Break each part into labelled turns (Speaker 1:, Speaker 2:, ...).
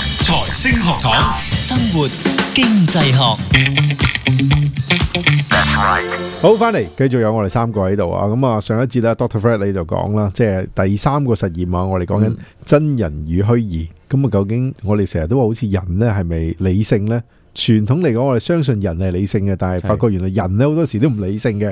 Speaker 1: 星學堂，
Speaker 2: 生活經濟學。
Speaker 3: 好，翻嚟繼續有我哋三個喺度啊！咁啊，上一節啦，Doctor Fred 你就講啦，即係第三個實驗啊，我哋講緊真人與虛擬。咁啊，究竟我哋成日都話好似人呢係咪理性呢？傳統嚟講，我哋相信人係理性嘅，但係發覺原來人呢好多時都唔理性嘅。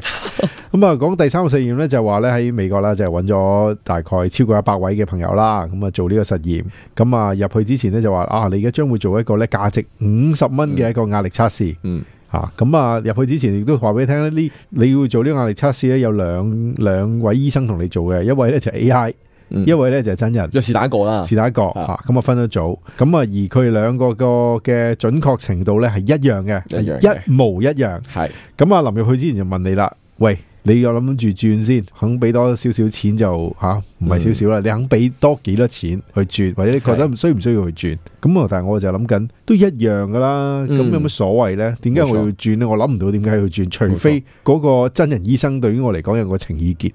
Speaker 3: 咁啊，講第三個實驗呢，就係話呢喺美國啦，就係揾咗大概超過一百位嘅朋友啦，咁啊做呢個實驗。咁啊入去之前呢，就話啊，你而家將會做一個呢價值五十蚊嘅一個壓力測試。
Speaker 1: 嗯，
Speaker 3: 啊，咁啊入去之前亦都話俾你聽咧，呢你要做呢個壓力測試咧，有兩兩位醫生同你做嘅，一位咧就係 AI，一
Speaker 1: 因為
Speaker 3: 位咧就係真人，
Speaker 1: 就是打一個啦，
Speaker 3: 是打一個啊，咁啊分咗組，咁啊而佢兩個個嘅準確程度咧係一樣嘅，
Speaker 1: 一樣嘅
Speaker 3: 係一模一樣。
Speaker 1: 係
Speaker 3: 咁啊臨入去之前就問你啦，喂，你有諗住轉先，肯俾多少少錢就吓，唔係少少
Speaker 1: 嗯
Speaker 3: 啦，你肯俾多幾多錢去轉，或者你覺得需唔需要去轉？咁啊，但係我就諗緊都一樣噶啦，咁
Speaker 1: 嗯
Speaker 3: 有乜所謂呢？點解
Speaker 1: 冇錯
Speaker 3: 我要轉呢？我諗唔到點解要轉，除非嗰個真人醫生對於我嚟講有個情意結，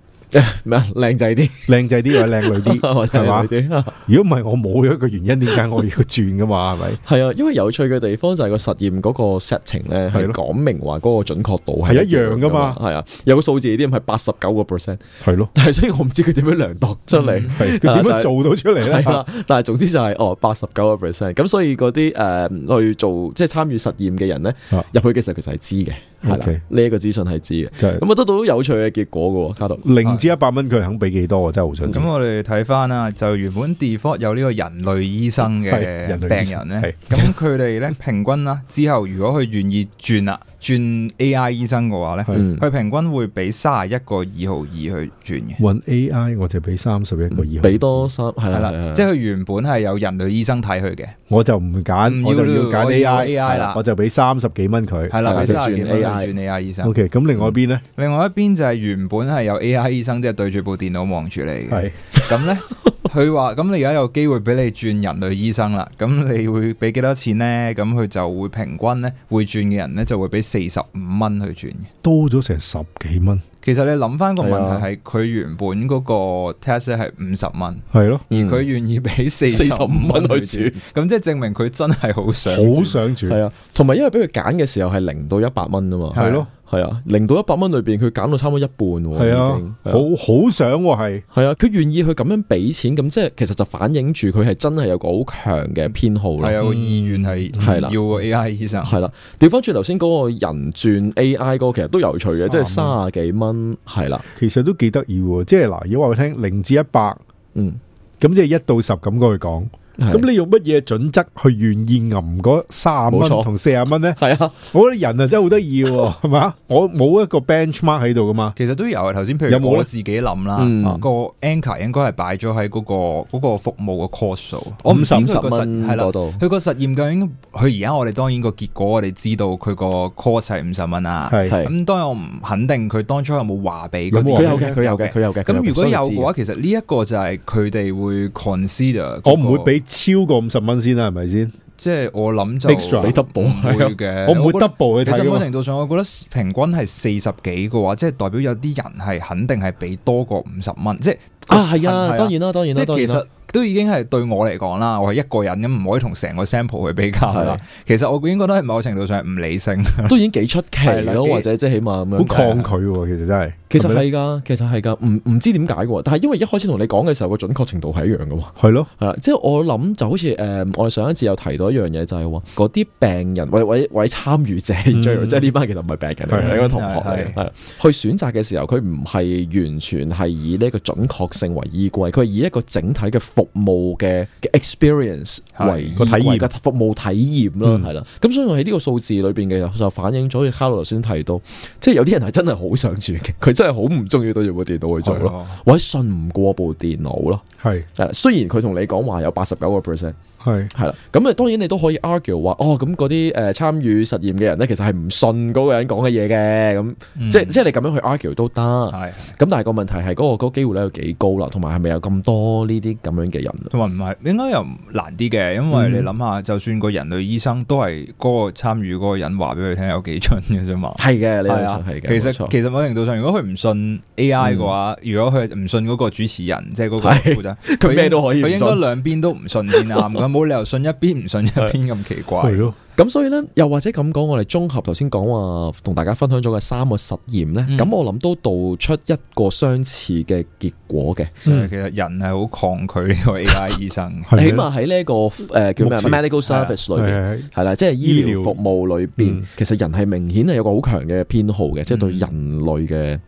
Speaker 1: 咩啊？靚仔啲，
Speaker 3: 靚仔啲或者靚女 啲，
Speaker 1: 或者
Speaker 3: 係
Speaker 1: 靚
Speaker 3: 嘛？
Speaker 1: 女啲。
Speaker 3: 如果唔係，我冇一個原因點解我要轉噶嘛？係 咪？
Speaker 1: 係啊，因為有趣嘅地方就係個實驗嗰個 setting 咧，
Speaker 3: 係
Speaker 1: 係
Speaker 3: 咯
Speaker 1: 講明話嗰個準確度
Speaker 3: 係
Speaker 1: 係
Speaker 3: 一樣㗎嘛
Speaker 1: 係啊，有個數字啲係八十九個 percent，
Speaker 3: 係咯，啊
Speaker 1: 但係所以我唔知佢點樣量度出嚟。
Speaker 3: 係佢點樣做到出嚟
Speaker 1: 係
Speaker 3: 呢？
Speaker 1: 啦，但係總之就係、哦八十九個 percent，咁所以嗰啲誒去做即係參與實驗嘅人咧，
Speaker 3: 啊
Speaker 1: 入去嘅時候其實係知嘅，係
Speaker 3: OK
Speaker 1: 啦，呢一個資訊係知嘅，
Speaker 3: 就係
Speaker 1: 咁啊得到有趣嘅結果嘅喎，卡特。
Speaker 3: 零至一百蚊，佢肯俾幾多？我真係好想知
Speaker 4: 咁。我哋睇翻啦，就原本 default 有呢個人類醫生嘅
Speaker 3: 係人類醫
Speaker 4: 病
Speaker 3: 生
Speaker 4: 人咧，
Speaker 3: 係
Speaker 4: 咁佢哋咧平均啦，之後如果佢願意轉啦，轉 AI 醫生嘅話咧，
Speaker 3: 係
Speaker 1: 嗯
Speaker 4: 佢平均會俾三十一個二毫二去轉嘅，
Speaker 3: 揾 AI 我嗯就俾三十一個二，
Speaker 1: 俾多三係
Speaker 4: 係
Speaker 1: 啦，
Speaker 4: 啦，即
Speaker 1: 係啊
Speaker 4: 係佢原本係有人類醫生睇佢嘅，
Speaker 3: 我就唔揀，
Speaker 4: 唔
Speaker 3: 啊我就
Speaker 4: 要
Speaker 3: 要
Speaker 4: 啦
Speaker 3: 揀
Speaker 4: 我要
Speaker 3: AI，
Speaker 4: AI
Speaker 3: 我
Speaker 4: 啦，
Speaker 3: 就俾三十幾蚊佢。
Speaker 4: 係啦，
Speaker 1: 係
Speaker 4: 俾
Speaker 1: 就
Speaker 4: 三十幾蚊去
Speaker 1: 轉
Speaker 4: 轉 AI 醫生。
Speaker 3: OK，咁另外邊咧
Speaker 4: 另外一邊就係原本係有 AI 醫生，即係對住部電腦望住你嘅。
Speaker 3: 係
Speaker 4: 咁咧，佢話：咁你而家有機會俾你轉人類醫生啦，咁你會俾幾多錢呢？咁佢就會平均咧，會轉嘅人咧就會俾四十五蚊去轉嘅。
Speaker 3: 多咗成十幾蚊，
Speaker 4: 其實你諗翻個問題
Speaker 1: 係
Speaker 4: 係，佢原本嗰個 test 咧係五十蚊，
Speaker 3: 係咯，
Speaker 1: 嗯
Speaker 4: 佢願意俾 四十
Speaker 1: 45蚊去
Speaker 4: 五蚊去轉，咁即係證明佢真係好想轉，
Speaker 3: 好想住，
Speaker 1: 係啊，同埋因為俾佢揀嘅時候係零到一百蚊啊嘛，
Speaker 3: 係咯，
Speaker 1: 係啊，零到一百蚊裏邊佢揀到差唔多一半喎，
Speaker 3: 係
Speaker 1: 已經
Speaker 3: 啊，好
Speaker 1: 係
Speaker 3: 好想喎係，
Speaker 1: 係啊，佢願意去咁樣俾錢，咁即係其實就反映住佢係真係有個好強嘅偏好啦
Speaker 4: 係。啊有個意願係
Speaker 1: 啊嗯係啦
Speaker 4: 要個 AI 醫生。
Speaker 1: 係啦，調翻轉頭先嗰個人轉 AI 嗰個其實都有趣
Speaker 4: 啊
Speaker 1: 嘅，即係
Speaker 3: 三
Speaker 1: 卅幾蚊，係啦，
Speaker 3: 其實都幾得意喎。即係嗱，如果話佢聽零至一百，
Speaker 1: 嗯，
Speaker 3: 咁即係一到十咁去講，
Speaker 1: 係
Speaker 3: 咁你用乜嘢準則去願意揞嗰三
Speaker 1: 冇
Speaker 3: 十蚊
Speaker 1: 錯
Speaker 3: 同四十蚊咧？
Speaker 1: 係啊，
Speaker 3: 我覺得人啊真係好得意喎，係嘛？我冇一個 benchmark 喺度噶嘛，
Speaker 4: 其實都有啊，頭先譬
Speaker 3: 有冇
Speaker 4: 如
Speaker 3: 咧
Speaker 4: 我自己諗啦，
Speaker 1: 嗯
Speaker 4: 個 anchor 應該係擺咗喺嗰個嗰個服務嘅 cost 度，我唔知
Speaker 1: 50
Speaker 4: 佢個實
Speaker 1: 蚊
Speaker 4: 係啦
Speaker 1: 嗰度，
Speaker 4: 佢個實驗究竟佢而家我哋當然個結果我哋知道佢個 cost 係五十蚊啊，
Speaker 3: 係
Speaker 1: 係
Speaker 4: 咁當然我唔肯定佢當初有冇話俾嗰
Speaker 3: 有冇
Speaker 4: 啲
Speaker 1: 佢
Speaker 3: 話
Speaker 1: 有嘅，佢有嘅，佢有嘅。
Speaker 4: 咁如果有嘅話，
Speaker 1: 話，
Speaker 4: 其實呢一個就係佢哋會 consider，嗰個
Speaker 3: 我唔會，俾超過五十蚊先啦，係咪先？
Speaker 4: 即係我諗就
Speaker 3: Extra 俾 啊
Speaker 1: double，
Speaker 4: 唔會嘅，
Speaker 3: 我唔會
Speaker 4: 覺得
Speaker 3: double 去
Speaker 4: 其
Speaker 3: 睇
Speaker 4: 實
Speaker 3: 㗎
Speaker 4: 某
Speaker 3: 嘛
Speaker 4: 程度上，我覺得平均係四十幾嘅話，即係代表有啲人係肯定係俾多過五十蚊，即係
Speaker 1: 啊 係啊，當然啦，當然
Speaker 4: 即
Speaker 1: 啦，
Speaker 4: 係
Speaker 1: 當然
Speaker 4: 其
Speaker 1: 啦
Speaker 4: 實，都已經係對我嚟講啦，我係一個人咁，唔可以同成個 sample 去比較啦
Speaker 1: 係。
Speaker 4: 其實我已經覺得係某程度上係唔理性。
Speaker 1: 都已經幾出奇
Speaker 4: 係啦
Speaker 1: 咯，
Speaker 4: 幾
Speaker 1: 或者即係起碼咁樣
Speaker 3: 好
Speaker 1: 講
Speaker 3: 抗拒喎，其實真係。
Speaker 1: 其實
Speaker 3: 係咪呢
Speaker 1: 係㗎，其實係㗎，唔唔知點解嘅喎。但係因為一開始同你講嘅時候，個準確程度係一樣嘅喎。
Speaker 3: 係咯，
Speaker 1: 係啦，啊即係我諗就好似誒、呃我哋上一次有提到一樣嘢，就係話嗰啲病人或者或者或者參與者，
Speaker 3: 嗯
Speaker 1: 即係呢班其實唔係病人嚟
Speaker 3: 係
Speaker 1: 嘅，係一個同學嚟嘅，
Speaker 4: 係
Speaker 1: 係啦去選擇嘅時候，佢唔係完全係以呢個準確性為依歸，佢係以一個整體嘅服務嘅嘅 experience
Speaker 4: 係
Speaker 1: 為依
Speaker 3: 個體
Speaker 1: 歸
Speaker 3: 驗
Speaker 1: 嘅服務體驗啦
Speaker 3: 嗯，
Speaker 1: 係啦、咁所以我喺呢個數字裏邊嘅就反映咗，好似卡羅頭先提到，即係有啲人係真係好想住嘅，佢真係好唔中意對住部電腦去做
Speaker 4: 係
Speaker 1: 咯
Speaker 4: 咯，
Speaker 1: 或者信唔過部電腦咯。
Speaker 3: 係
Speaker 1: 係啦，雖然佢同你講話有八十九個 percent，
Speaker 3: 係
Speaker 1: 係啦，咁啊當然你都可以 argue 話，哦咁嗰啲誒參與實驗嘅人咧，其實係唔信嗰個人講嘅嘢嘅，咁、即係即係你咁樣去 argue 都得。
Speaker 4: 係
Speaker 1: 咁但係個問題係嗰、個嗰個機會率有幾高啦，同埋係咪有咁多呢啲咁樣樣嘅人。
Speaker 4: 同埋唔係應該又唔難啲嘅，因為你
Speaker 1: 嗯
Speaker 4: 諗下，就算個人類醫生都係嗰個參與嗰個人話俾佢聽有幾蠢嘅啫嘛。
Speaker 1: 係嘅，你
Speaker 4: 係
Speaker 1: 係
Speaker 4: 啊，
Speaker 1: 係嘅，
Speaker 4: 其
Speaker 1: 冇
Speaker 4: 實
Speaker 1: 錯嗯
Speaker 4: 其實某程度上，如果佢唔信 AI 嘅話，如果佢唔信嗰個主持人，即係嗰個
Speaker 1: 係
Speaker 4: 負責，
Speaker 1: 佢咩都可以唔
Speaker 4: 佢
Speaker 1: 信
Speaker 4: 應該兩邊都唔信先啱 㗎，冇理由信一邊唔信一邊咁奇怪。
Speaker 3: 系咯，
Speaker 1: 咁所以呢，又或者咁講，我哋綜合頭先講話同大家分享咗嘅三個實驗呢，
Speaker 4: 嗯
Speaker 1: 咁、我諗都道出一個相似嘅結果嘅，
Speaker 4: 所以其實人係好抗拒呢個 AI 醫生嘅。
Speaker 3: 係
Speaker 1: 起碼喺呢一個誒叫咩啊
Speaker 3: 目前
Speaker 1: medical service 裏邊。
Speaker 3: 係係
Speaker 1: 係啦，即係醫療
Speaker 3: 醫療
Speaker 1: 服務裏邊，
Speaker 3: 嗯
Speaker 1: 其實人係明顯係有個好強嘅偏好嘅，即係對人類嘅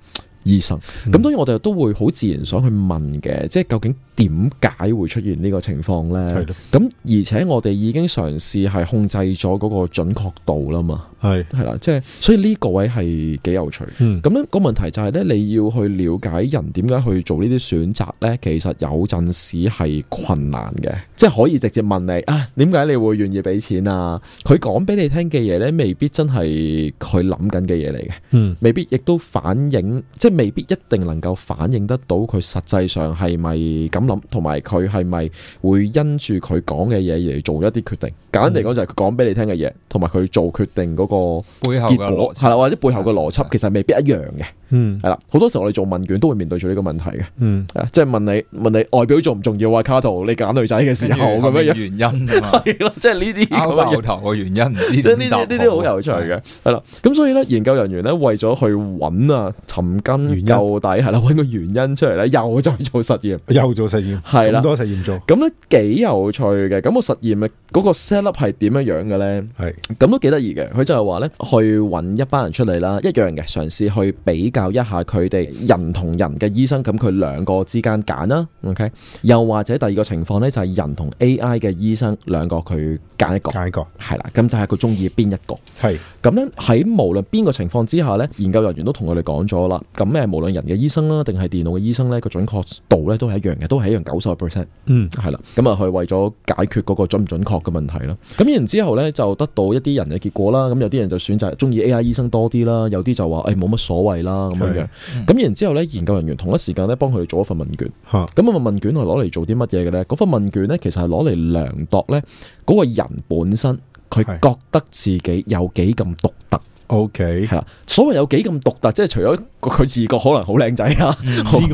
Speaker 1: 醫生。咁、當然我哋都會好自然想去問嘅，即係究竟點解會出現呢個情況
Speaker 3: 係
Speaker 1: 呢？
Speaker 3: 咯，
Speaker 1: 咁而且我哋已經嘗試係控制咗嗰個準確度啦嘛，
Speaker 3: 係
Speaker 1: 係啦，即係所以呢個位係幾有趣。
Speaker 3: 嗯
Speaker 1: 咁咧個問題就係咧，你要去了解人點解去做呢啲選擇咧，其實有陣時係困難嘅，即係可以直接問你啊，點解你會願意俾錢啊？佢講俾你聽嘅嘢咧，未必真係佢諗緊嘅嘢嚟嘅，
Speaker 3: 嗯
Speaker 1: 未必亦都反映，即係未必一定能夠反映得到佢實際上係咪咁諗，同埋佢係咪會因住佢講嘅嘢而做一啲決定。簡單嚟講就係佢講俾你聽嘅嘢，同埋佢做決定嗰個
Speaker 4: 背後 嘅
Speaker 1: 結果係
Speaker 4: 邏輯
Speaker 1: 啦，或者背後嘅邏輯其實未必一樣嘅。
Speaker 3: 嗯
Speaker 1: 係啦，好多時候我哋做問卷都會面對住呢個問題嘅，
Speaker 3: 嗯，
Speaker 1: 係啊即係問你問你外表重唔重要啊，卡圖，你揀女仔嘅
Speaker 4: 跟
Speaker 1: 時
Speaker 4: 住
Speaker 1: 候
Speaker 4: 後
Speaker 1: 咁
Speaker 4: 面
Speaker 1: 樣樣，
Speaker 4: 原因啊 嘛，
Speaker 1: 係咯，即係呢啲
Speaker 4: 拗
Speaker 1: 咁樣
Speaker 4: 爆
Speaker 1: 樣。
Speaker 4: 頭個原因唔
Speaker 1: 即
Speaker 4: 知
Speaker 1: 係
Speaker 4: 點
Speaker 1: 呢
Speaker 4: 答啊哦
Speaker 1: 啲呢啲好有趣嘅，係啦。咁所以咧，研究人員咧為咗去揾啊尋根
Speaker 3: 原因
Speaker 1: 究底，係啦，揾個原因出嚟咧，又再做實驗，
Speaker 3: 又做實驗，
Speaker 1: 係啦
Speaker 3: 咁多實驗做，
Speaker 1: 咁咧幾有趣嘅。咁個實驗嘅嗰個 set up 係點樣樣嘅咧？
Speaker 3: 係
Speaker 1: 咁都幾得意嘅，佢就係話呢，去揾一班人出嚟啦，一樣嘅，嘗試去比較一下佢哋人同人嘅醫生，咁佢兩個之間揀啦，OK？又或者第二個情況呢，就係人同 AI 嘅醫生兩個佢揀一個，
Speaker 3: 解角，
Speaker 1: 係啦，咁就係佢中意邊一個。
Speaker 3: 係
Speaker 1: 咁咧喺無論邊個情況之下咧，研究人員都同我哋講咗啦。咁誒，無論人嘅醫生啦，定係電腦嘅醫生咧，個準確度咧都係一樣嘅，都係一樣九十 percent。
Speaker 3: 嗯，
Speaker 1: 係啦。咁啊，佢為咗解決嗰個準唔準確嘅問題啦。咁然之後咧，就得到一啲人嘅結果啦。咁有啲人就選擇中意 AI 醫生多啲啦，有啲就話誒冇乜所謂啦咁樣
Speaker 3: 係嗯
Speaker 1: 樣。咁然之後咧，研究人員同一時間咧幫佢哋做一份問卷。
Speaker 3: 吓，
Speaker 1: 咁啊份問卷係攞嚟做啲乜嘢嘅咧？嗰份問卷咧，其實係攞嚟量度咧嗰個人本身佢
Speaker 3: 係嗯
Speaker 1: 覺得自己有幾咁獨特，
Speaker 3: O K
Speaker 1: 係啦。所謂有幾咁獨特，即係除咗佢自覺可能好靚仔啊
Speaker 3: 之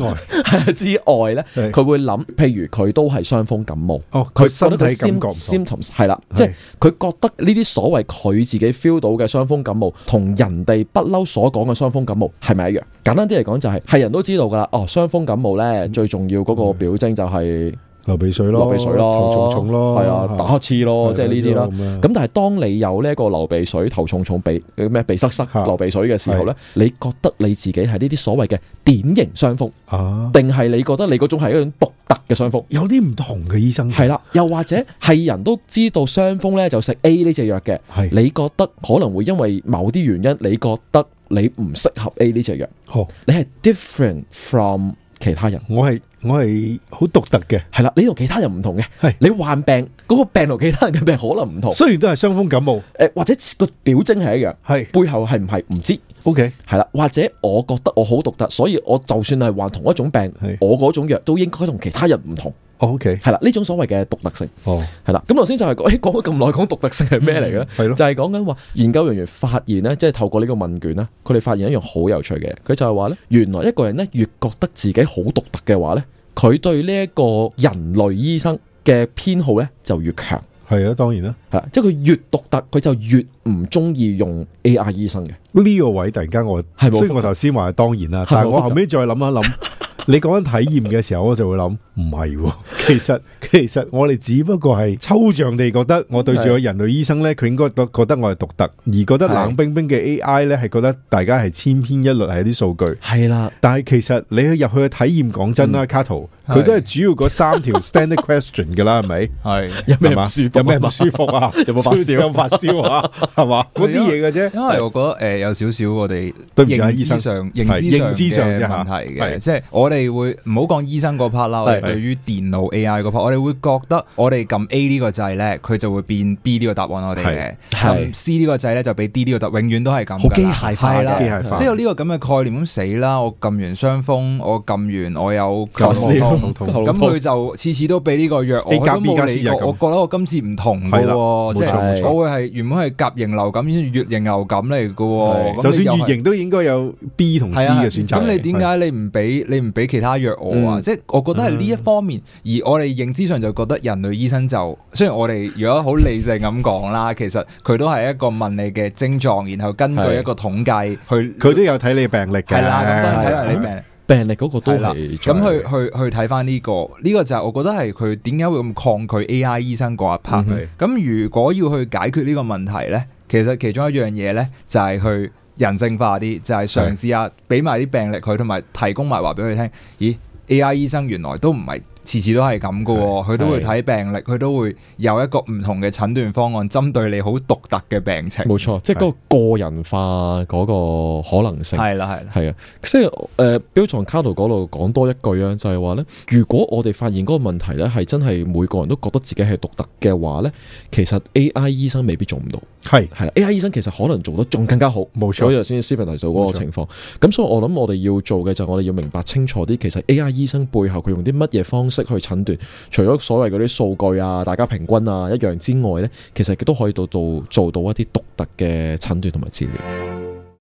Speaker 3: 外，
Speaker 1: 之外咧，
Speaker 3: 係
Speaker 1: 佢會諗，譬如佢都係傷風感冒。
Speaker 3: 哦，
Speaker 1: 佢
Speaker 3: 佢身體感覺唔同
Speaker 1: symptoms 係啦，即係佢覺得呢啲所謂佢自己 feel 到嘅傷風感冒，同人哋不嬲所講嘅傷風感冒係咪一樣？簡單啲嚟講就係、係人都知道㗎啦。哦，傷風感冒咧最重要嗰個表徵就係
Speaker 3: 流鼻水嗯咯，
Speaker 1: 流鼻水咯，
Speaker 3: 頭重重咯，啊
Speaker 1: 係啊，打乞嗤咯，即係呢啲啦。
Speaker 3: 啦
Speaker 1: 咁但係當你有呢一個流鼻水、頭重重、鼻呃咩鼻塞塞、
Speaker 3: 嚇
Speaker 1: 流鼻水嘅時候咧，你覺得你自己係呢啲所謂嘅典型傷風，
Speaker 3: 啊，
Speaker 1: 定係你覺得你嗰種係一種獨特嘅傷風？
Speaker 3: 有啲唔同嘅醫生
Speaker 1: 係啦，又或者係人都知道傷風咧就食 A 呢隻藥嘅，
Speaker 3: 係
Speaker 1: 你覺得可能會因為某啲原因，你覺得你唔適合 A 呢隻藥，
Speaker 3: 哦，
Speaker 1: 你係 different from 其他人。
Speaker 3: 我係我係好獨特嘅，
Speaker 1: 係啦，你同其他人唔同嘅
Speaker 3: 係，
Speaker 1: 你患病嗰、個病同其他人嘅病可能唔同，誒、
Speaker 3: 雖然都係傷風感冒，
Speaker 1: 或者個表徵係一樣，
Speaker 3: 係
Speaker 1: 背後係唔係唔知。
Speaker 3: O K
Speaker 1: 係啦，或者我覺得我好獨特，所以我就算係患同一種病
Speaker 3: 係，
Speaker 1: 我嗰種藥都應該同其他人唔同，
Speaker 3: O K，
Speaker 1: 係啦，呢種所謂嘅獨特性
Speaker 3: 哦，
Speaker 1: 係啦。咁頭先就係講， 誒講咗咁耐，講獨特性係咩嚟嘅咧？
Speaker 3: 嗯係咯
Speaker 1: 就係講緊話研究人員發現咧，即係透過呢個問卷啦，佢哋發現一樣好有趣嘅嘢，佢就係話咧，原來一個人咧越覺得自己好獨特嘅話咧，佢對呢一個人類醫生嘅偏好咧就越強，
Speaker 3: 係啊，當然啦。
Speaker 1: 係啦，即係佢越獨特，佢就越唔中意用 AI 醫生嘅。
Speaker 3: 呢個位突然間我，
Speaker 1: 係冇
Speaker 3: 雖然我頭先話係當然啦
Speaker 1: 係，
Speaker 3: 但係我
Speaker 1: 冇複雜
Speaker 3: 後尾再諗 一諗，你講緊體驗嘅時候，我就會諗，唔係喎， 其實其實我哋只不過係抽象地覺得我對住個人類醫生呢，佢應該都覺得我係獨特，而覺得
Speaker 1: 係
Speaker 3: 冷冰冰嘅 AI 呢，係覺得大家係千篇一律係啲數據。
Speaker 1: 係啦，
Speaker 3: 但係其實你去入去嘅體驗，講真啦，卡圖佢
Speaker 4: 嗯係
Speaker 3: 都係主要嗰三 條 standard question 噶啦，係咪？
Speaker 4: 係。
Speaker 1: 有咩
Speaker 3: 係
Speaker 1: 唔
Speaker 3: 嘛
Speaker 4: 啊
Speaker 1: 舒服？
Speaker 3: 有咩唔舒服 啊？
Speaker 1: 有冇發燒
Speaker 3: 有冇發燒啊？係嘛？嗰啲嘢嘅啫。
Speaker 4: 因為我覺得誒、呃有少少我哋
Speaker 3: 對唔住啊
Speaker 4: 認知
Speaker 3: 醫生係
Speaker 4: 上認
Speaker 3: 認知
Speaker 4: 知上
Speaker 3: 上啫
Speaker 4: 嘅
Speaker 3: 嚇
Speaker 4: 問題
Speaker 3: 係
Speaker 4: 嘅，即係我哋會唔好講醫生嗰 part 啦，我哋
Speaker 3: 係
Speaker 4: 對於電腦 AI 嗰 part，我哋會覺得我哋撳 A 呢個掣咧，佢就會變 B 呢個答案我哋嘅，
Speaker 1: 係
Speaker 4: 撳 C 呢個掣咧就俾 D 呢個答，永遠都係咁㗎啦，
Speaker 1: 好機械化嘅
Speaker 4: 係啦
Speaker 3: 啊機械化
Speaker 4: 即係有呢個咁嘅概念咁死啦，我撳完傷風，我撳完我有
Speaker 1: 發
Speaker 4: 感
Speaker 1: 燒
Speaker 4: 冒
Speaker 3: 頭痛
Speaker 1: 喉
Speaker 4: 咁
Speaker 1: 嚨痛
Speaker 4: 佢就次次都俾呢個藥我，
Speaker 3: A
Speaker 4: 佢
Speaker 3: 加
Speaker 4: 都
Speaker 3: B 加
Speaker 4: 冇
Speaker 3: C
Speaker 4: 理
Speaker 3: 就
Speaker 4: 過。
Speaker 3: 係咁
Speaker 4: 我覺得我今次唔
Speaker 3: 係
Speaker 4: 同嘅
Speaker 3: 啦
Speaker 4: 喎，即
Speaker 3: 冇
Speaker 1: 錯冇
Speaker 4: 係
Speaker 1: 錯
Speaker 4: 我會係原本係甲型流感，乙型流感嚟嘅
Speaker 1: 係
Speaker 4: 喎。
Speaker 3: 就算
Speaker 4: 乙
Speaker 3: 乙型都應該有 B 同 C
Speaker 4: 係啊，
Speaker 3: 嘅選擇。
Speaker 4: 咁你點解你唔俾你唔俾其他藥我啊？
Speaker 1: 嗯
Speaker 4: 即係我覺得係呢一方面，
Speaker 3: 嗯
Speaker 4: 而我哋認知上就覺得人類醫生就雖然我哋如果好理性咁講啦，其實佢都係一個問你嘅症狀，然後根據
Speaker 1: 係
Speaker 4: 一個統計去
Speaker 3: 佢都有睇你病歷嘅？
Speaker 4: 係啦，咁當然睇下你病。
Speaker 1: 病歷嗰個都
Speaker 4: 係啦，
Speaker 1: 係最
Speaker 4: 咁去去去睇翻呢個，呢、個就係我覺得係佢點解會咁抗拒 AI 醫生嗰一 part
Speaker 1: 嗯。哼
Speaker 4: 咁、如果要去解決呢個問題呢，其實其中一樣嘢呢，就係、去人性化啲，就係、嘗試下俾埋啲病歷佢，同埋提供埋話俾佢聽。咦，AI 醫生原來都唔係次次都係咁噶喎，佢都會睇病歷，佢都會有一個唔同嘅診斷方案，針對你好獨特嘅病情。
Speaker 1: 冇錯，即係嗰個個人化嗰個可能性。
Speaker 4: 係啦，係啦，
Speaker 1: 係啊，即係誒標藏卡度嗰度講多一句啊，就係話咧，如果我哋發現嗰個問題咧係真係每個人都覺得自己係獨特嘅話咧，其實 A.I. 醫生未必做唔到，
Speaker 3: 係
Speaker 1: 係啦，A.I. 醫生其實可能做得仲更加好，
Speaker 3: 冇錯
Speaker 1: 所以頭先 Stephen 提到嗰個情況，咁所以我諗我哋要做嘅就係我哋要明白清楚啲，其實 A.I. 醫生背後佢用啲乜嘢方式去診斷，除咗所謂嗰啲數據啊、大家平均啊一樣之外咧，其實亦都可以到到做到一啲獨特嘅診斷同埋治療。